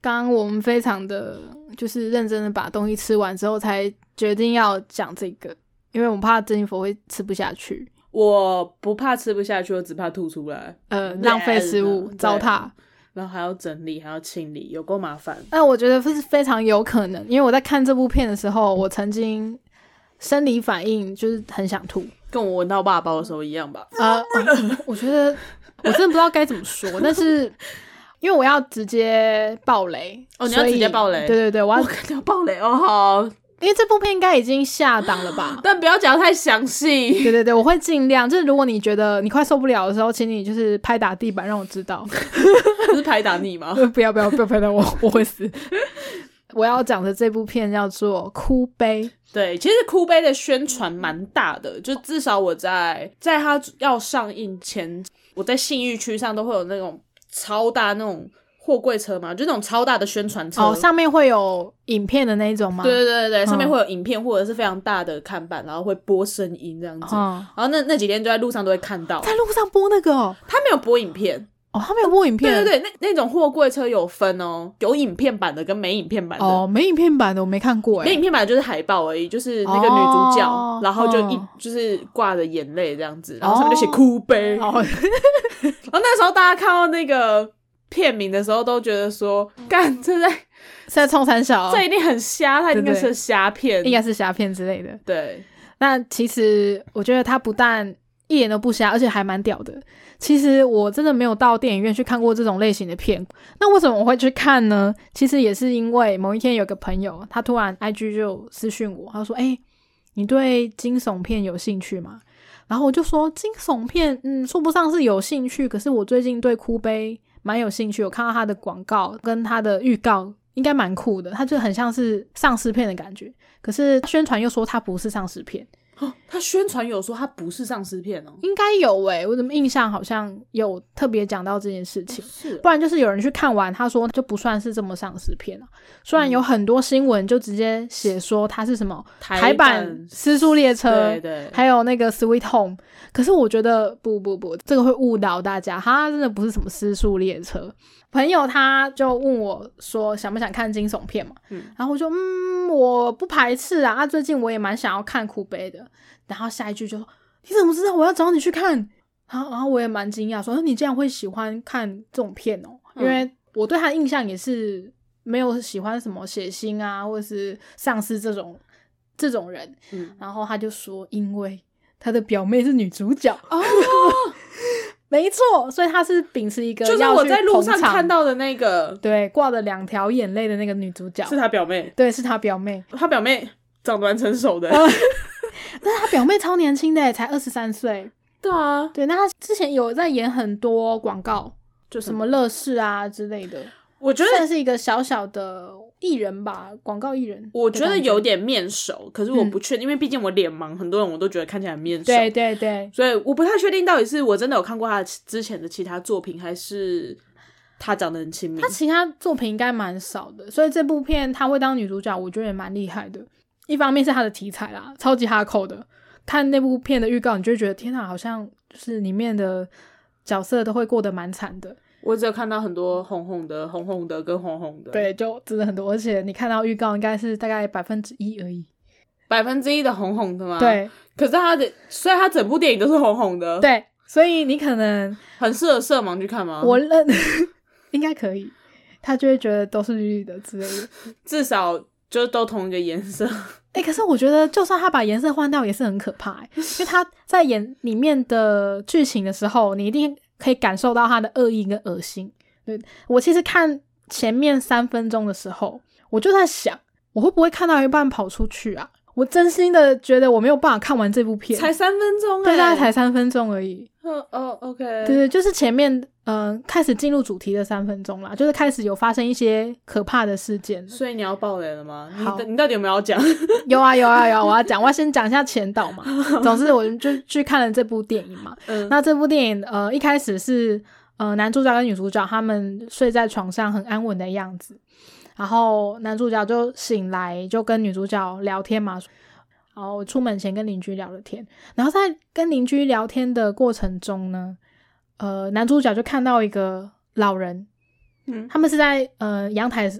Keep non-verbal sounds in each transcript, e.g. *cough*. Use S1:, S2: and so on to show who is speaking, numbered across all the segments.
S1: 刚刚我们非常的就是认真的把东西吃完之后，才决定要讲这个，因为我怕珍妮佛会吃不下去，
S2: 我不怕吃不下去，我只怕吐出来，
S1: 呃，浪费食物，
S2: 嗯对
S1: 糟蹋。
S2: 然后还要整理，还要清理，有够麻烦。
S1: 但我觉得是非常有可能，因为我在看这部片的时候，我曾经生理反应就是很想吐。
S2: 跟我闻到爸包的时候一样吧。 *laughs*
S1: 啊、啊我觉得我真的不知道该怎么说，
S2: *laughs*
S1: 但是因为我要直接爆雷，
S2: 哦你要
S1: 所以
S2: 直接爆雷
S1: 对对对，我要
S2: 我肯定要爆雷哦，好，？
S1: 因为这部片应该已经下档了吧
S2: 但不要讲得太详细。 *laughs*
S1: 对对对，我会尽量，就是如果你觉得你快受不了的时候，请你就是拍打地板让我知道， *laughs*
S2: 不是拍打你吗？ *laughs*
S1: 不要不要不要拍打我，我会死。我要讲的这部片叫做《哭悲》，
S2: 对，其实哭悲的宣传蛮大的，就至少我在在它要上映前，我在信誉区上都会有那种超大那种货柜车嘛，就那种超大的宣传车。
S1: 哦，上面会有影片的那一种吗？
S2: 对对对对，上面
S1: 嗯
S2: 会有影片或者是非常大的看板，然后会播声音这样子。
S1: 嗯，
S2: 然后那那几天就在路上都会看到，
S1: 在路上播那个哦，
S2: 他没有播影片，
S1: 哦，他没有播影片，
S2: 对对对，那那种货柜车有分哦，有影片版的跟没影片版的。
S1: 哦，没影片版的我没看过，
S2: 没
S1: 哎
S2: 影，片版的就是海报而已，就是那个女主角，
S1: 哦
S2: 然后就一、
S1: 嗯
S2: 就是挂着眼泪这样子，然后上面就写哭悲。然后
S1: 哦， *laughs*
S2: 那时候大家看到那个片名的时候，都觉得说，
S1: 嗯
S2: 干这在、
S1: 在冲三小，
S2: 这一定很瞎，它应该
S1: 哦对
S2: 是瞎片，
S1: 应该是虾片之类的。
S2: 对。
S1: 那其实我觉得它不但一点都不瞎，而且还蛮屌的。其实我真的没有到电影院去看过这种类型的片，那为什么我会去看呢？其实也是因为某一天有个朋友，他突然 IG 就私讯我，他说：“哎、你对惊悚片有兴趣吗？”然后我就说：“惊悚片，嗯，说不上是有兴趣，可是我最近对哭悲蛮有兴趣。我看到他的广告跟他的预告，应该蛮酷的，它就很像是丧尸片的感觉。可是宣传又说它不是丧尸片。”
S2: 哦他宣传有说它不是丧尸片哦，
S1: 应该有诶、我怎么印象好像有特别讲到这件事情？
S2: 是
S1: 不然就是有人去看完，他说就不算是这么丧尸片啊。虽然有很多新闻就直接写说它是什么台版《失速列车》
S2: 对对，
S1: 还有那个《Sweet Home》，可是我觉得不不不，这个会误导大家，它真的不是什么失速列车。朋友他就问我说想不想看惊悚片嘛，
S2: 嗯
S1: 然后我就嗯我不排斥啊，啊最近我也蛮想要看哭悲的。然后下一句就说你怎么知道我要找你去看？然后然后我也蛮惊讶，说呃你竟然会喜欢看这种片哦，因
S2: 嗯
S1: 为我对他的印象也是没有喜欢什么血腥啊，或者是丧尸这种这种人。
S2: 嗯
S1: 然后他就说，因为他的表妹是女主角，
S2: 哦，
S1: *laughs* 没错，所以他是秉持一个
S2: 就是
S1: 要
S2: 我
S1: 去
S2: 在路
S1: 捧
S2: 上
S1: 场
S2: 看，到的那个
S1: 对，挂着两条眼泪的那个女主角
S2: 是，他表妹，
S1: 对，是他表妹，
S2: 他表妹长得蛮成熟的，
S1: 嗯但是他表妹超年轻的，才二十三岁，
S2: *laughs* 对啊，
S1: 对，那他之前有在演很多广告，
S2: 就
S1: 什么乐视啊之类的，
S2: 嗯我觉得
S1: 算是一个小小的艺人吧，广告艺人，
S2: 我觉得有，点面熟，可是我不确定，因为毕竟我脸盲，很多人我都觉得看起来很面
S1: 嗯
S2: 熟，
S1: 对对对，
S2: 所以我不太确定到底是我真的有看过他的之前的其他作品，还是他长得很亲民
S1: 他。其他作品应该蛮少的，所以这部片他会当女主角，我觉得也蛮厉害的。一方面是他的题材啦，超级哈扣的。看那部片的预告，你就会觉得天哪，好像就是里面的角色都会过得蛮惨的。
S2: 我只有看到很多红红的、红红的跟红红的，，
S1: 对，就真的很多，而且你看到预告应该是大概百分之一而已。
S2: 百分之一的红红的嘛。，
S1: 对
S2: 可是他的，虽然他整部电影都是红红的，，
S1: 对，所以你可能
S2: 很适合色盲去看吗？
S1: 我认 *laughs* 应该可以，他就会觉得都是绿绿的之类的。
S2: 至少就都同一个颜色，
S1: 哎、可是我觉得，就算他把颜色换掉，也是很可怕、欸，因为他在演里面的剧情的时候，你一定可以感受到他的恶意跟恶心。对我其实看前面三分钟的时候，我就在想，我会不会看到一半跑出去啊？我真心的觉得我没有办法看完这部片，
S2: 才三分钟、
S1: 对，
S2: 欸，
S1: 大概才三分钟而已。
S2: 嗯哦，OK，
S1: 对对，就是前面嗯、呃开始进入主题的三分钟啦，就是开始有发生一些可怕的事件了。
S2: 所以你要爆雷了吗？
S1: 好
S2: 你你到底有没有要讲？
S1: *laughs* 有啊有啊有啊，我要讲，我要先讲一下前导嘛。总之，我就去看了这部电影嘛。
S2: *laughs* 嗯
S1: 那这部电影呃，一开始是呃男主角跟女主角他们睡在床上很安稳的样子，然后男主角就醒来就跟女主角聊天嘛。然后我出门前跟邻居聊了天，然后在跟邻居聊天的过程中呢，呃，男主角就看到一个老人，
S2: 嗯
S1: 他们是在呃阳台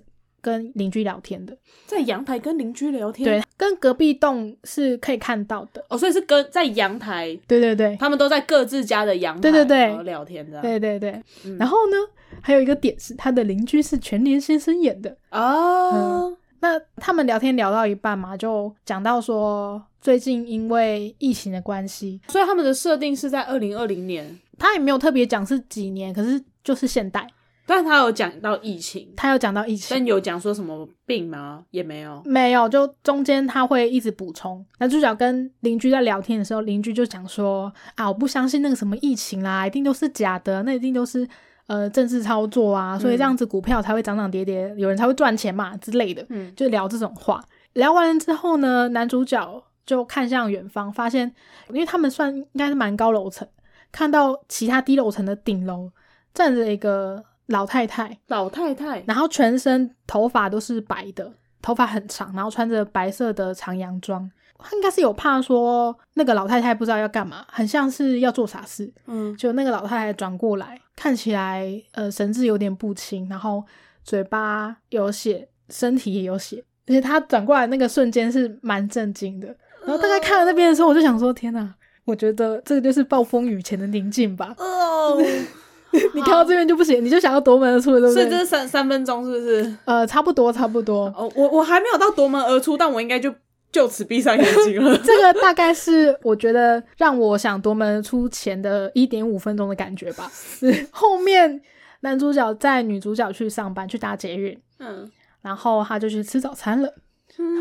S1: 跟邻居聊天的，
S2: 在阳台跟邻居聊天，
S1: 对，跟隔壁栋是可以看到的。
S2: 哦，所以是跟在阳台，
S1: 对对对，
S2: 他们都在各自家的阳台，
S1: 对对对
S2: 然后聊天的，
S1: 对对对。
S2: 嗯
S1: 然后呢，还有一个点是他的邻居是全联先生演的。
S2: 哦，
S1: 那他们聊天聊到一半嘛，就讲到说最近因为疫情的关系，
S2: 所以他们的设定是在二零二零年，
S1: 他也没有特别讲是几年，可是就是现代，
S2: 但他有讲到疫情，
S1: 他有讲到疫情
S2: 但。有讲说什么病吗？也没有，
S1: 没有，就中间他会一直补充。男主角跟邻居在聊天的时候，邻居就讲说：“啊，我不相信那个什么疫情啦，一定都是假的，那一定都是呃政治操作啊，
S2: 嗯
S1: 所以这样子股票才会涨涨跌跌，有人才会赚钱嘛之类的。”
S2: 嗯，
S1: 就聊这种话。聊完了之后呢，男主角就看向远方，发现因为他们算应该是蛮高楼层，看到其他低楼层的顶楼站着一个老太太，
S2: 老太太，
S1: 然后全身头发都是白的，头发很长，然后穿着白色的长洋装。他应该是有怕说那个老太太不知道要干嘛，很像是要做傻事，
S2: *laughs* 嗯，
S1: 就那个老太太转过来，看起来呃神志有点不清，然后嘴巴有血，身体也有血，而且她转过来那个瞬间是蛮震惊的。
S2: 啊
S1: 然后大概看到那边的时候，我就想说：天哪！我觉得这个就是暴风雨前的宁静
S2: *laughs*
S1: 吧。
S2: 哦，
S1: 你看到这边就不行，你就想要夺门而出了，对不
S2: 所以
S1: 对？
S2: 这是三三分钟是不是？
S1: 呃，差不多，差不多。。
S2: 哦，我我还没有到夺门而出，但我应该就就此闭上眼睛 *laughs* 了
S1: 这个大概是我觉得让我想夺门而出前的一点五分钟的感
S2: *laughs*
S1: 觉吧。是后面男主角载女主角去上班，去搭捷运，
S2: 嗯，
S1: 然后他就去吃早餐了。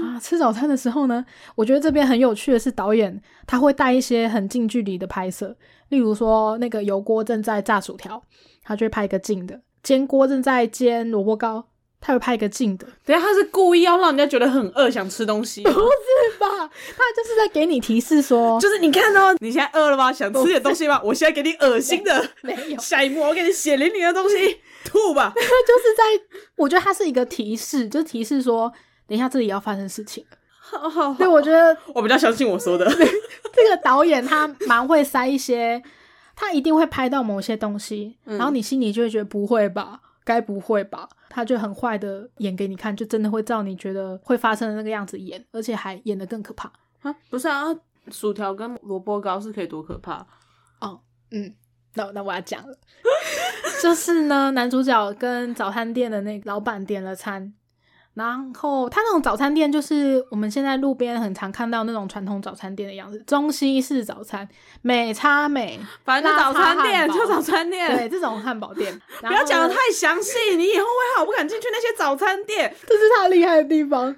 S1: 啊，吃早餐的时候呢，我觉得这边很有趣的是，导演他会带一些很近距离的拍摄，例如说那个油锅正在炸薯条，他就会拍一个近的；煎锅正在煎萝卜糕，他会拍一个近的。
S2: 等一下他是故意要让人家觉得很饿，想吃东西吗，
S1: 对吧？他就是在给你提示说，
S2: *laughs* 就是你看哦，你现在饿了吧？想吃点东西吧？我现在给你恶心的，
S1: *laughs*
S2: *laughs*
S1: 没有
S2: 下一幕我给你血淋淋的东西，吐 *laughs* 吧。
S1: 他就是在，我觉得他是一个提示，就是提示说，等一下这里要发生事情。
S2: 好哦好
S1: 对，
S2: 好，
S1: 我觉得
S2: 我比较相信我说的。
S1: *laughs* 这个导演他蛮会塞一些，他一定会拍到某些东西，
S2: 嗯
S1: 然后你心里就会觉得不会吧，该不会吧？他就很坏的演给你看，就真的会照你觉得会发生的那个样子演，而且还演得更可怕。
S2: *laughs* 啊，不是啊，薯条跟萝卜糕是可以多可怕？
S1: 嗯，那那我要讲了， *laughs* 就是呢，男主角跟早餐店的那个老板点了餐，然后他那种早餐店就是我们现在路边很常看到那种传统早餐店的样子，中西式早餐，美差美，
S2: *laughs* 反正就
S1: 辣
S2: 早
S1: 叉汉
S2: 餐
S1: 堡
S2: 店就早餐
S1: 对
S2: 店，
S1: 这种汉堡店，
S2: 哎 *laughs* 不
S1: 不
S2: 要讲的太详细，你以后会好不敢进去那些早餐店。
S1: 这是他厉害的地方。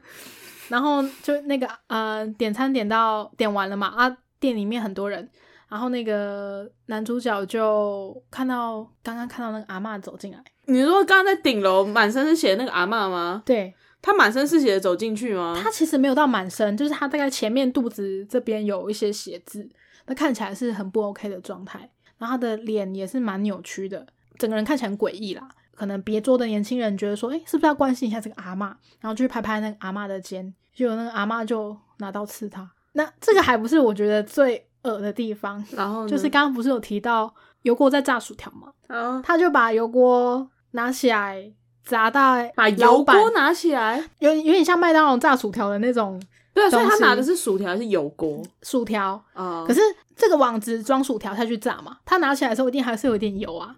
S1: 然后就那个呃，点餐点到点完了嘛，啊，店里面很多人，然后那个男主角就看到刚刚看到那个阿嬷走进来，
S2: 你说刚刚在顶楼满身是血的那个阿嬷吗？
S1: 对
S2: 她满身是血的走进去吗？
S1: 他其实没有到满身，就是他大概前面肚子这边有一些血渍，那看起来是很不 OK 的状态。然后他的脸也是蛮扭曲的，整个人看起来很诡异啦。可能别桌的年轻人觉得说，哎、是不是要关心一下这个阿嬷？然后就去拍拍那个阿嬷的肩，结果那个阿嬷就拿刀刺他。那这个还不是我觉得最恶的地方，
S2: 然后
S1: *laughs*
S2: 呢
S1: 就是刚刚不是有提到油锅在炸薯条吗？
S2: 啊，
S1: 他就把油锅拿起来砸到老
S2: 把油
S1: 板
S2: 锅拿起来。
S1: 有有点像麦当劳炸薯条的那种
S2: 对啊，所以他
S1: 东西
S2: 拿的是薯条还是油锅
S1: 薯条，
S2: 啊？
S1: 可是这个网子装薯条下去炸嘛，它拿起来的时候一定还是有一点油啊，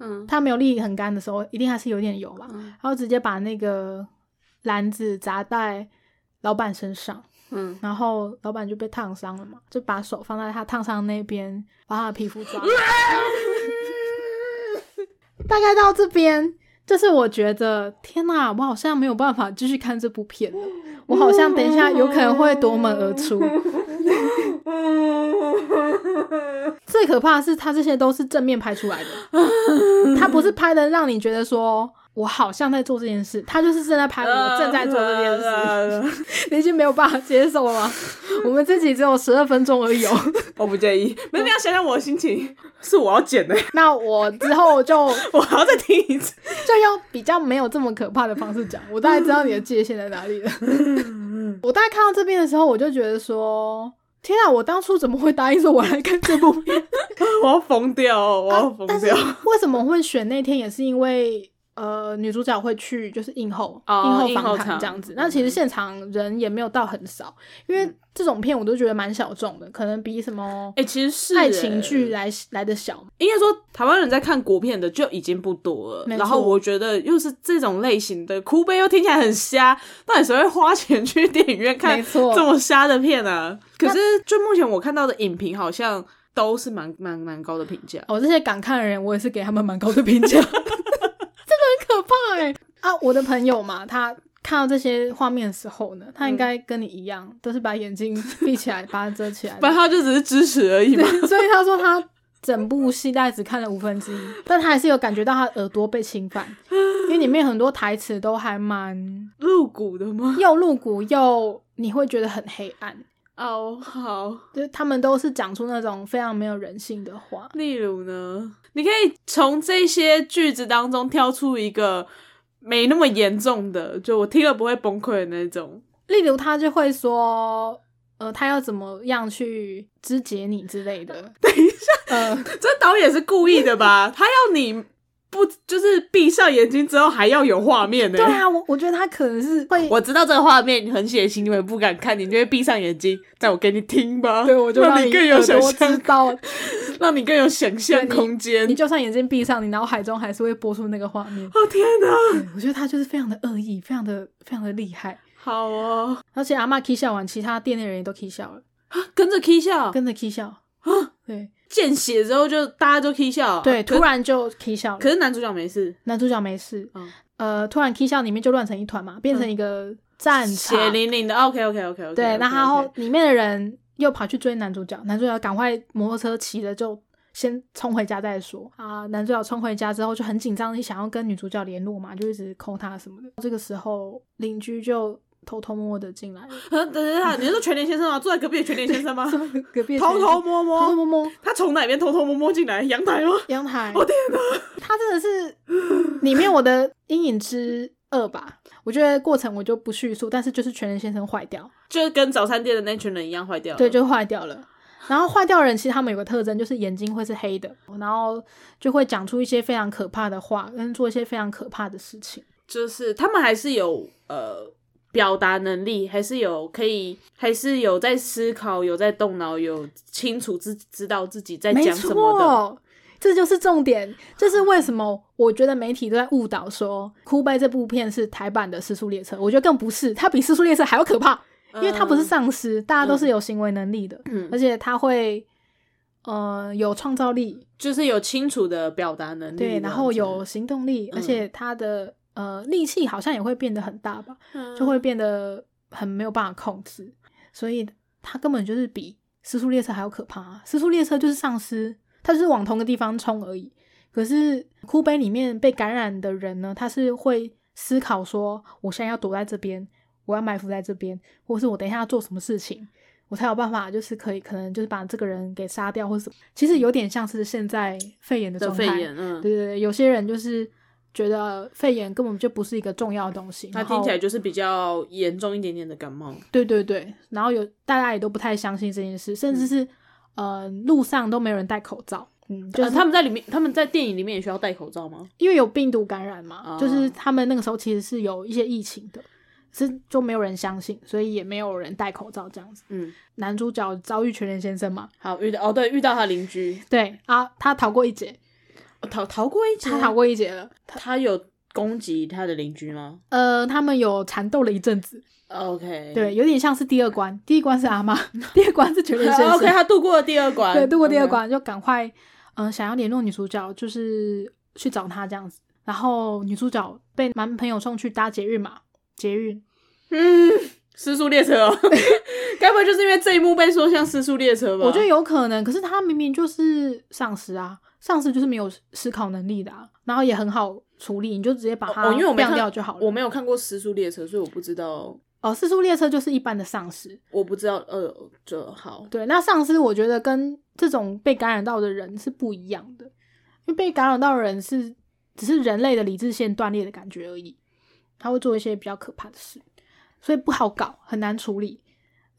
S2: 嗯，
S1: 它没有沥很干的时候一定还是有点油嘛，
S2: 嗯
S1: 然后直接把那个篮子砸在老板身上，
S2: *laughs* 嗯，
S1: 然后老板就被烫伤了嘛，就把手放在他烫伤那边，把他的皮肤抓。大概到这边，就是我觉得天哪，我好像没有办法继续看这部片了，我好像等一下有可能会夺门而出。最可怕的是，它这些都是正面拍出来的，它不是拍的让你觉得说我好像在做这件事，它就是正在拍我正在做这件
S2: 呃
S1: 事。
S2: 事，
S1: 你已经没有办法接受了吗？我们自己只有十二分钟而已、哦。
S2: *laughs*
S1: *laughs*
S2: 我不介意。没有，你要想想我的心情，是我要剪的，
S1: 那我之后就
S2: 我还要再听一次。 *laughs*
S1: 就用比较没有这么可怕的方式讲，我大概知道你的界限在哪里了。我大概看到这边的时候，我就觉得说：天啊，我当初怎么会答应说我来看这部片？
S2: 我要疯掉，我要疯
S1: 但是
S2: 掉。
S1: 为什么会选那天，也是因为呃女主角会去就是映后、
S2: 哦
S1: 映
S2: 映
S1: 后
S2: 后
S1: 访谈
S2: 场嗯
S1: 这样子。那其实现场人也没有到很少，因为这种片我都觉得蛮小众的，可能比什么
S2: 哎、其实是、
S1: 爱情剧，来来的小。
S2: 应该说台湾人在看国片的就已经不多了。
S1: 没错
S2: 然后我觉得又是这种类型的，哭悲又听起来很瞎，到底谁会花钱去电影院看
S1: 没错
S2: 这么瞎的片啊？可是就目前我看到的影评好像都是蛮蛮蛮高的评价。
S1: 哦，这些敢看的人，我也是给他们蛮高的评
S2: *laughs*
S1: 价，真的很可怕哎、啊，我的朋友嘛，他看到这些画面的时候呢，他应
S2: 嗯
S1: 该跟你一样，都是把眼睛闭起
S2: *laughs*
S1: 来，把它遮起来。
S2: 反正他就只是支持而已嘛。
S1: *laughs* 对，所以他说他整部戏大概只看了五分之一，但他还是有感觉到他耳朵被侵犯，因为里面很多台词都还
S2: *laughs*
S1: 蛮
S2: 露骨的吗？
S1: 又露骨又你会觉得很黑暗，
S2: 哦，好。
S1: 就是他们都是讲出那种非常没有人性的话。
S2: 例如呢，你可以从这些句子当中挑出一个没那么严重的，就我听了不会崩溃的那种。
S1: 例如他就会说，呃，他要怎么样去肢解你之类
S2: *laughs*
S1: 的。等一下，呃，
S2: 这导演是故意的 *laughs* 吧？他要你不就是闭上眼睛之后还要有画面呢、
S1: 对啊，我我觉得他可能是会，
S2: 我知道这个画面你很血腥，你们不敢看，你就会闭上眼睛。那我给你听吧，
S1: 对我就
S2: 让
S1: 你
S2: 更有
S1: 耳
S2: 想
S1: 朵知
S2: 象，
S1: 道，
S2: 让你更有想象
S1: 对你
S2: 空间
S1: 你。就算眼睛闭上，你脑海中还是会播出那个画面。
S2: 哦天哪，
S1: 对我觉得他就是非常的恶意，非常的非常的厉害。
S2: 好哦，
S1: 而且阿妈 K 笑完，其他店内人也都 K 笑了，
S2: 跟着 K 笑，
S1: 跟着 K 笑啊， *laughs* 对
S2: 见血之后就大家就 K 笑，
S1: 对，
S2: 啊可
S1: 突然就 K 笑了。
S2: 可是男主角没事，
S1: 男主角没事，
S2: 嗯
S1: 呃，突然 K 笑里面就乱成一团嘛，变成一个战场。
S2: 血淋淋的。OK OK OK OK。
S1: 对，然后里面的人又跑去追男主角，男主角赶快摩托车骑着就先冲回家再说啊。男主角冲回家之后就很紧张，想要跟女主角联络嘛，就一直扣她什么的。这个时候邻居就偷偷摸摸的进来了，
S2: 等等一下，你是说全联先生吗？坐在隔壁的全联先生 *laughs* 吗？
S1: *laughs* 隔壁的
S2: 偷偷
S1: 邻居偷偷
S2: 摸 *laughs* 摸，
S1: 摸摸
S2: 他从哪边偷偷摸摸进来？阳台吗？
S1: 阳台，
S2: 哦我天哪！
S1: *laughs* 他真的是里面我的阴影之二吧。我觉得过程我就不叙述，但是就是全人先生坏掉，
S2: 就跟早餐店的那群人一样坏掉了。
S1: 对，就坏掉了。然后坏掉的人其实他们有个特征，就是眼睛会是黑的，然后就会讲出一些非常可怕的话，跟做一些非常可怕的事情。
S2: 就是他们还是有呃表达能力，还是有可以，还是有在思考，有在动脑，有清楚自知道自己在
S1: 没
S2: 讲什么的。
S1: 错，这就是重点。这是为什么我觉得媒体都在误导说《哭悲》这部片是台版的《失速列车》，我觉得更不是，它比《失速列车》还要可怕，因为它不是丧尸，大家都是有行为能力的，
S2: 嗯，
S1: 而且它会呃有创造力，
S2: 就是有清楚的表达能力这样
S1: 对，
S2: 子，
S1: 然后有行动力，而且它的呃力气好像也会变得很大吧。
S2: 嗯
S1: 就会变得很没有办法控制，所以它根本就是比失速列车还要可怕、啊。失速列车就是丧尸，它就是往同个地方冲而已。可是哭悲里面被感染的人呢，他是会思考说，我现在要躲在这边，我要埋伏在这边，或是我等一下要做什么事情，我才有办法，就是可以可能就是把这个人给杀掉，或者什么。其实有点像是现在肺炎的
S2: 的
S1: 状
S2: 肺
S1: 态，
S2: 炎，嗯，
S1: 对对对，有些人就是觉得肺炎根本就不是一个重要的东西，
S2: 它
S1: 然后
S2: 听起来就是比较严重一点点的感冒。
S1: 对对对，然后有大家也都不太相信这件事，
S2: 嗯
S1: 甚至是、呃路上都没有人戴口罩，嗯，就
S2: 就是是啊他们在里面，他们在电影里面也需要戴口罩吗？
S1: 因为有病毒感染嘛，
S2: 哦
S1: 就是他们那个时候其实是有一些疫情的，是就没有人相信，所以也没有人戴口罩这样子。
S2: 嗯，
S1: 男主角遭遇全联先生嘛，
S2: 好，遇到哦，对，遇到他邻居，
S1: 对啊，他逃过一劫，
S2: 哦逃逃过一劫，
S1: 他逃过一劫了。
S2: 他有攻击他的邻居吗
S1: 呃，他们有缠斗了一阵子，
S2: ？OK， *laughs*
S1: 对，有点像是第二关，第一关是阿妈， *laughs* 第二关是全联先
S2: *laughs*
S1: 生。
S2: 哦，OK，他度过了第二关，
S1: 对，度过第二
S2: OK，
S1: 关就赶快，嗯、想要联络女主角，就是去找她这样子。然后女主角被男朋友送去搭捷运嘛，捷运
S2: 嗯，失速列车、 *laughs* 哦，该不会就是因为这一幕被说像失速列车吧？
S1: 我觉得有可能，可是她明明就是丧尸啊，丧尸就是没有思考能力的啊，然后也很好处理，你就直接把它
S2: 哦，因为我没
S1: 晾
S2: 看
S1: 掉就好了。
S2: 我没有看过失速列车，所以我不知道，
S1: 哦，四速列车就是一般的丧尸，
S2: 我不知道，呃，这好，
S1: 对，那丧尸我觉得跟这种被感染到的人是不一样的，因为被感染到的人是只是人类的理智线断裂的感觉而已，他会做一些比较可怕的事，所以不好搞，很难处哦理。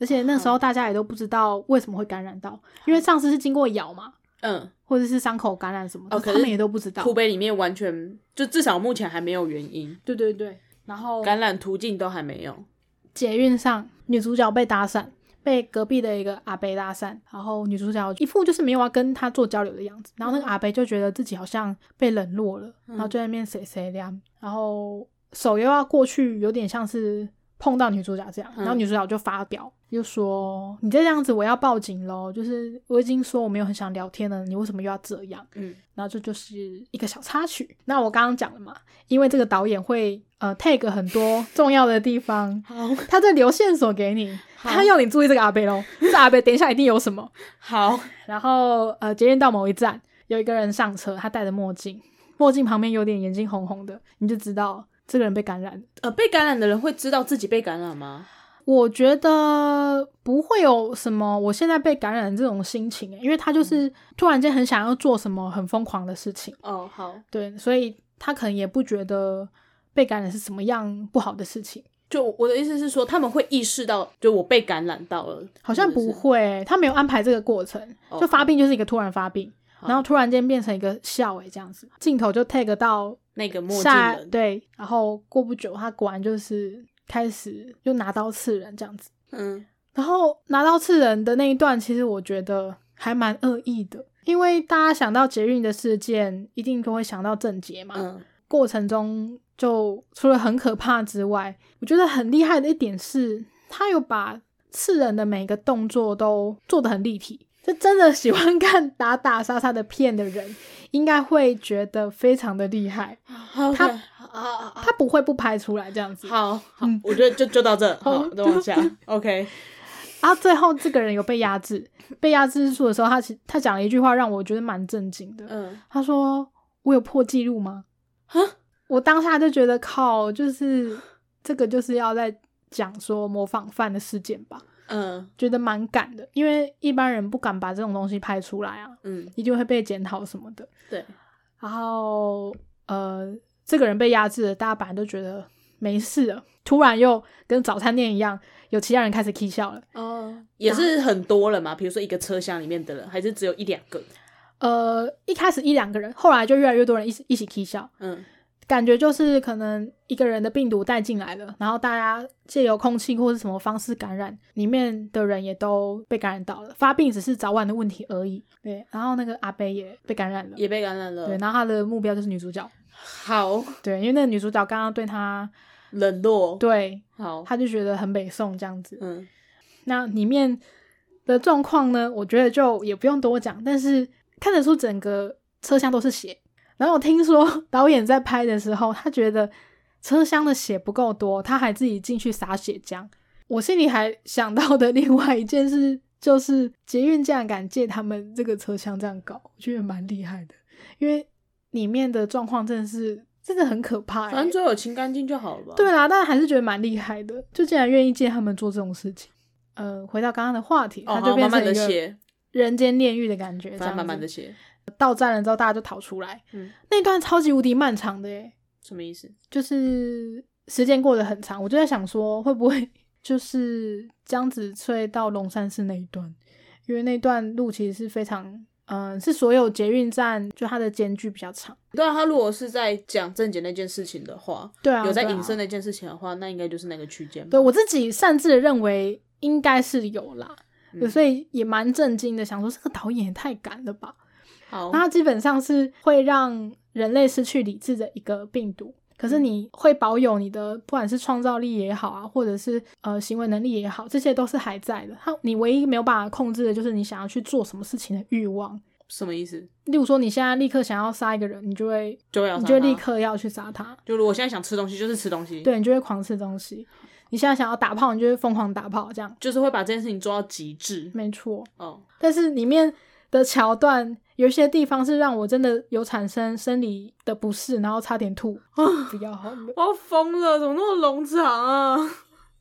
S1: 而且那时候大家也都不知道为什么会感染到，因为丧尸是经过咬嘛，
S2: 嗯，
S1: 或者是伤口感染什么的，
S2: 哦可是
S1: 他们也都不知道
S2: 土。北里面完全就至少目前还没有原因，
S1: 对对对，然后
S2: 感染途径都还没有。
S1: 捷运上，女主角被搭讪，被隔壁的一个阿伯搭讪，然后女主角一副就是没有要跟他做交流的样子，然后那个阿伯就觉得自己好像被冷落了，
S2: 嗯
S1: 然后就在那边谁谁聊，然后手又要过去，有点像是碰到女主角这样，
S2: 嗯
S1: 然后女主角就发表。就说你再这样子，我要报警喽！就是我已经说我没有很想聊天了，你为什么又要这样？
S2: 嗯
S1: 然后这就是一个小插曲。那我刚刚讲了嘛，因为这个导演会呃 tag 很多重要的地方，
S2: 好
S1: 他在留线索给你，
S2: 好
S1: 他要你注意这个阿贝喽，这阿贝等一下一定有什么。
S2: 好，
S1: 然后呃，捷运到某一站，有一个人上车，他戴着墨镜，墨镜旁边有点眼睛红红的，你就知道这个人被感染了。
S2: 呃，被感染的人会知道自己被感染吗？
S1: 我觉得不会有什么我现在被感染的这种心情，欸因为他就是突然间很想要做什么很疯狂的事情。
S2: 哦，好，
S1: 对，所以他可能也不觉得被感染是什么样不好的事情，
S2: 就我的意思是说，他们会意识到，就我被感染到了，
S1: 好像
S2: 是
S1: 不
S2: 是。
S1: 会，他没有安排这个过程，
S2: 哦
S1: 就发病就是一个突然发病，
S2: 好
S1: 然后突然间变成一个笑诶、这样子，镜头就 take 到
S2: 那个墨镜
S1: 下
S2: 人，
S1: 对，然后过不久他果然就是开始就拿刀刺人这样子，
S2: 嗯，
S1: 然后拿刀刺人的那一段，其实我觉得还蛮恶意的。因为大家想到捷运的事件，一定都会想到郑捷嘛。
S2: 嗯，
S1: 过程中，就除了很可怕之外，我觉得很厉害的一点是，他有把刺人的每一个动作都做得很立体。就真的喜欢看打打杀杀的片的人，应该会觉得非常的厉害。
S2: 好，
S1: 他
S2: 啊
S1: 他不会不拍出来这样子。
S2: 好好
S1: 嗯，
S2: 我觉得就就到这，
S1: 好
S2: 好，再往下，OK，
S1: 然后啊最后这个人有被压制，被压制住的时候，他其他讲了一句话让我觉得蛮震惊的。
S2: 嗯，
S1: 他说：“我有破纪录吗
S2: 哈？”
S1: 我当下就觉得靠，就是这个就是要在讲说模仿犯的事件吧，
S2: 嗯
S1: 觉得蛮敢的，因为一般人不敢把这种东西拍出来啊，
S2: 嗯，
S1: 一定会被检讨什么的。
S2: 对，
S1: 然后呃，这个人被压制了，大家本来都觉得没事了，突然又跟早餐店一样，有其他人开始 k 笑了。
S2: 哦，也是很多了嘛，比如说一个车厢里面的人，还是只有一两个，
S1: 呃，一开始一两个人，后来就越来越多人一起一起 k 笑，
S2: 嗯
S1: 感觉就是可能一个人的病毒带进来了，然后大家借由空气或是什么方式感染，里面的人也都被感染到了，发病只是早晚的问题而已。对，然后那个阿贝也被感染了，
S2: 也被感染
S1: 对，
S2: 了，
S1: 然后他的目标就是女主角，
S2: 好
S1: 对，因为那个女主角刚刚对他，
S2: 冷落，
S1: 对，
S2: 好，
S1: 他就觉得很北宋这样子。
S2: 嗯
S1: 那里面的状况呢，我觉得就也不用多讲，但是看得出整个车厢都是血。然后我听说导演在拍的时候，他觉得车厢的血不够多，他还自己进去撒血浆。我心里还想到的 *laughs* 另外一件事，就是捷运竟然敢借他们这个车厢这样搞，我觉得蛮厉害的，因为里面的状况真的是真的很可怕、欸。
S2: 反正最后有清干净就好了吧，
S1: 对啦，但还是觉得蛮厉害的，就竟然愿意借他们做这种事情。呃，回到刚刚的话题，
S2: 哦，
S1: 它
S2: 好，
S1: 就
S2: 慢
S1: 变
S2: 慢
S1: 成
S2: 的
S1: 一
S2: 写
S1: 个，人间炼狱的感觉，这样
S2: 反正慢慢
S1: 子
S2: 的写，
S1: 到站了之后，大家就逃出来。
S2: 嗯，
S1: 那段超级无敌漫长的耶，
S2: 什么意思？
S1: 就是时间过得很长，我就在想说，会不会 *laughs* 就是江子翠到龙山寺那一段，因为那段路其实是非常。嗯，是所有捷运站就它的间距比较长，
S2: 对啊，他如果是在讲郑姐那件事情的话，
S1: 对啊，
S2: 有在
S1: 对啊
S2: 隐身那件事情的话，那应该就是那个区间吧。
S1: 对我自己擅自地认为应该是有啦，
S2: 嗯
S1: 对所以也蛮震惊的，想说这个导演也太敢了吧。
S2: 好，
S1: 那它基本上是会让人类失去理智的一个病毒，可是
S2: 嗯
S1: 你会保有你的，不管是创造力也好啊，或者是呃行为能力也好，这些都是还在的。它你唯一没有办法控制的就是你想要去做什么事情的欲望。
S2: 什么意思？
S1: 例如说，你现在立刻想要杀一个人，你就会
S2: 就要
S1: 你
S2: 杀
S1: 就
S2: 他嗯
S1: 立，刻要去杀他，
S2: 就如果现在想吃东西，就是吃东西，，
S1: 对你就会狂吃东西。你现在想要打炮，你就会疯狂打炮，这样
S2: 就是会把这件事情做到极致。
S1: 没错。
S2: 哦，
S1: 但是里面的桥段有一些地方是让我真的有产生生理的不适，然后差点吐。
S2: 啊
S1: 不要好了，
S2: 我要疯了，怎么那么冗长啊？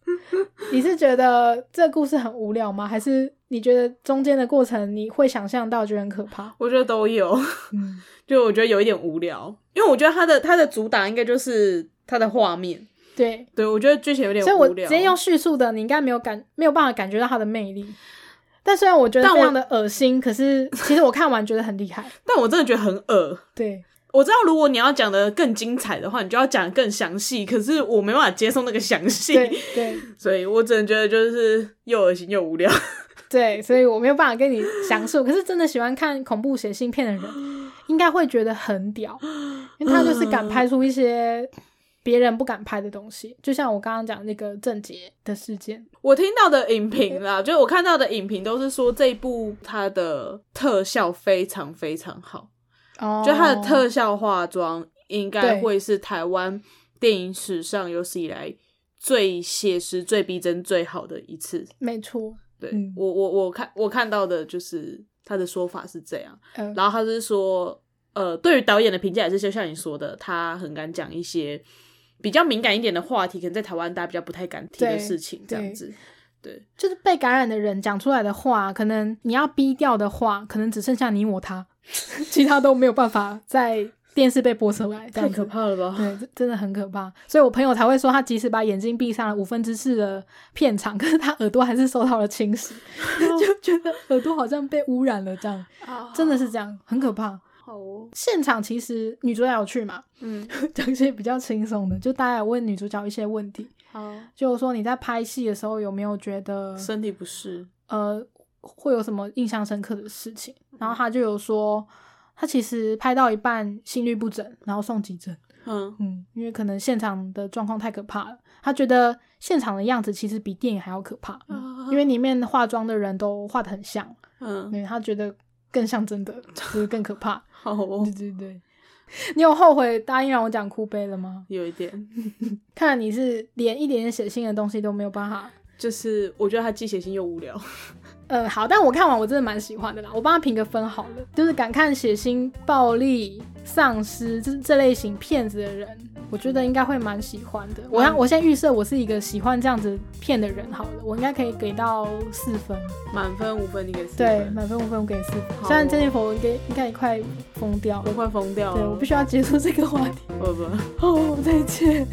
S2: *laughs*
S1: 你是觉得这故事很无聊吗？还是你觉得中间的过程你会想象到觉得很可怕？
S2: *laughs* 我觉得都有，
S1: 嗯，
S2: 就我觉得有一点无聊，因为我觉得他的他的主打应该就是他的画面。
S1: 对。
S2: 对，我觉得剧情有点
S1: 所以我
S2: 无聊。
S1: 直接用叙述的，你应该没有感没有办法感觉到它的魅力。但虽然我觉得
S2: 但
S1: 非
S2: 我
S1: 常的恶心，可是其实我看完觉得很厉害。
S2: 但我真的觉得很恶。 *laughs*
S1: 对，
S2: 我知道，如果你要讲的更精彩的话，你就要讲得更详细。可是我没办法接受那个详
S1: 对
S2: 细，，
S1: 对，
S2: *laughs* 所以我只能觉得就是又恶心又无聊。
S1: 对，所以我没有办法跟你详述。可是真的喜欢看恐怖血腥片的人，应该会觉得很屌，因为他就是敢拍出一些别人不敢拍的东西。就像我刚刚讲那个郑杰的事件，
S2: 我听到的影评啦， *laughs* 就是我看到的影评都是说这一部它的特效非常非常好，
S1: 哦
S2: 就它的特效化妆应该
S1: 对
S2: 会是台湾电影史上有史以来最写实、最逼真、最好的一次。
S1: 没错，
S2: 对、
S1: 嗯
S2: 我，我我看我看到的就是他的说法是这样，
S1: 嗯、
S2: 然后他是说，呃，对于导演的评价也是就像你说的，他很敢讲一些比较敏感一点的话题，可能在台湾大家比较不太敢提的
S1: 对
S2: 事情，这样
S1: 对
S2: 子。
S1: 就是被感染的人讲出来的话，可能你要逼掉的话，可能只剩下你我他， *laughs* 其他都没有办法在电视被播出来，这样 *laughs* 子。
S2: 怕了吧？
S1: 对，这真的很可怕，所以我朋友才会说，他即使把眼睛闭上了五分之四的片场，可是他耳朵还是受到了侵蚀，就觉得耳朵好像被污染了这样，真的是这样，很可怕。
S2: 哦好哦，
S1: 现场其实女主角有去嘛， *laughs*
S2: 嗯，
S1: 讲一些比较轻松的，就大家有问女主角一些问题，
S2: 好，哦
S1: 就说你在拍戏的时候有没有觉得
S2: 身体不适，
S1: 呃会有什么印象深刻的事情，然后他就有说，他其实拍到一半心律不整，然后送急诊。
S2: 嗯，
S1: 嗯，因为可能现场的状况太可怕了，他觉得现场的样子其实比电影还要可怕，
S2: 啊
S1: 因为里面化妆的人都画的很像，
S2: 嗯，
S1: 对他觉得更像真的，就是更可怕。
S2: 好哦
S1: *laughs* 对，对对，你有后悔答应让我讲哭悲了吗？
S2: 有一点，
S1: 看来你是连一点点血腥的东西都没有办法。
S2: 就是我觉得他既写信又无聊，
S1: 呃，好，但我看完我真的蛮喜欢的啦，我帮他评个分好了。就是敢看血腥、暴力、丧尸这这类型片子的人，我觉得应该会蛮喜欢
S2: 嗯
S1: 的。我让我先预设我是一个喜欢这样子片的人好了，我应该可以给到四分，
S2: 满分五分，你给四
S1: 对，
S2: 分，
S1: 满分五分我给四分。
S2: 好
S1: 虽然珍妮佛我应该应该也快疯掉
S2: 我
S1: 了，
S2: 快疯掉
S1: 对我
S2: 了
S1: 必，须要结束这个话题。
S2: 不不。 *laughs*
S1: 哦，再见。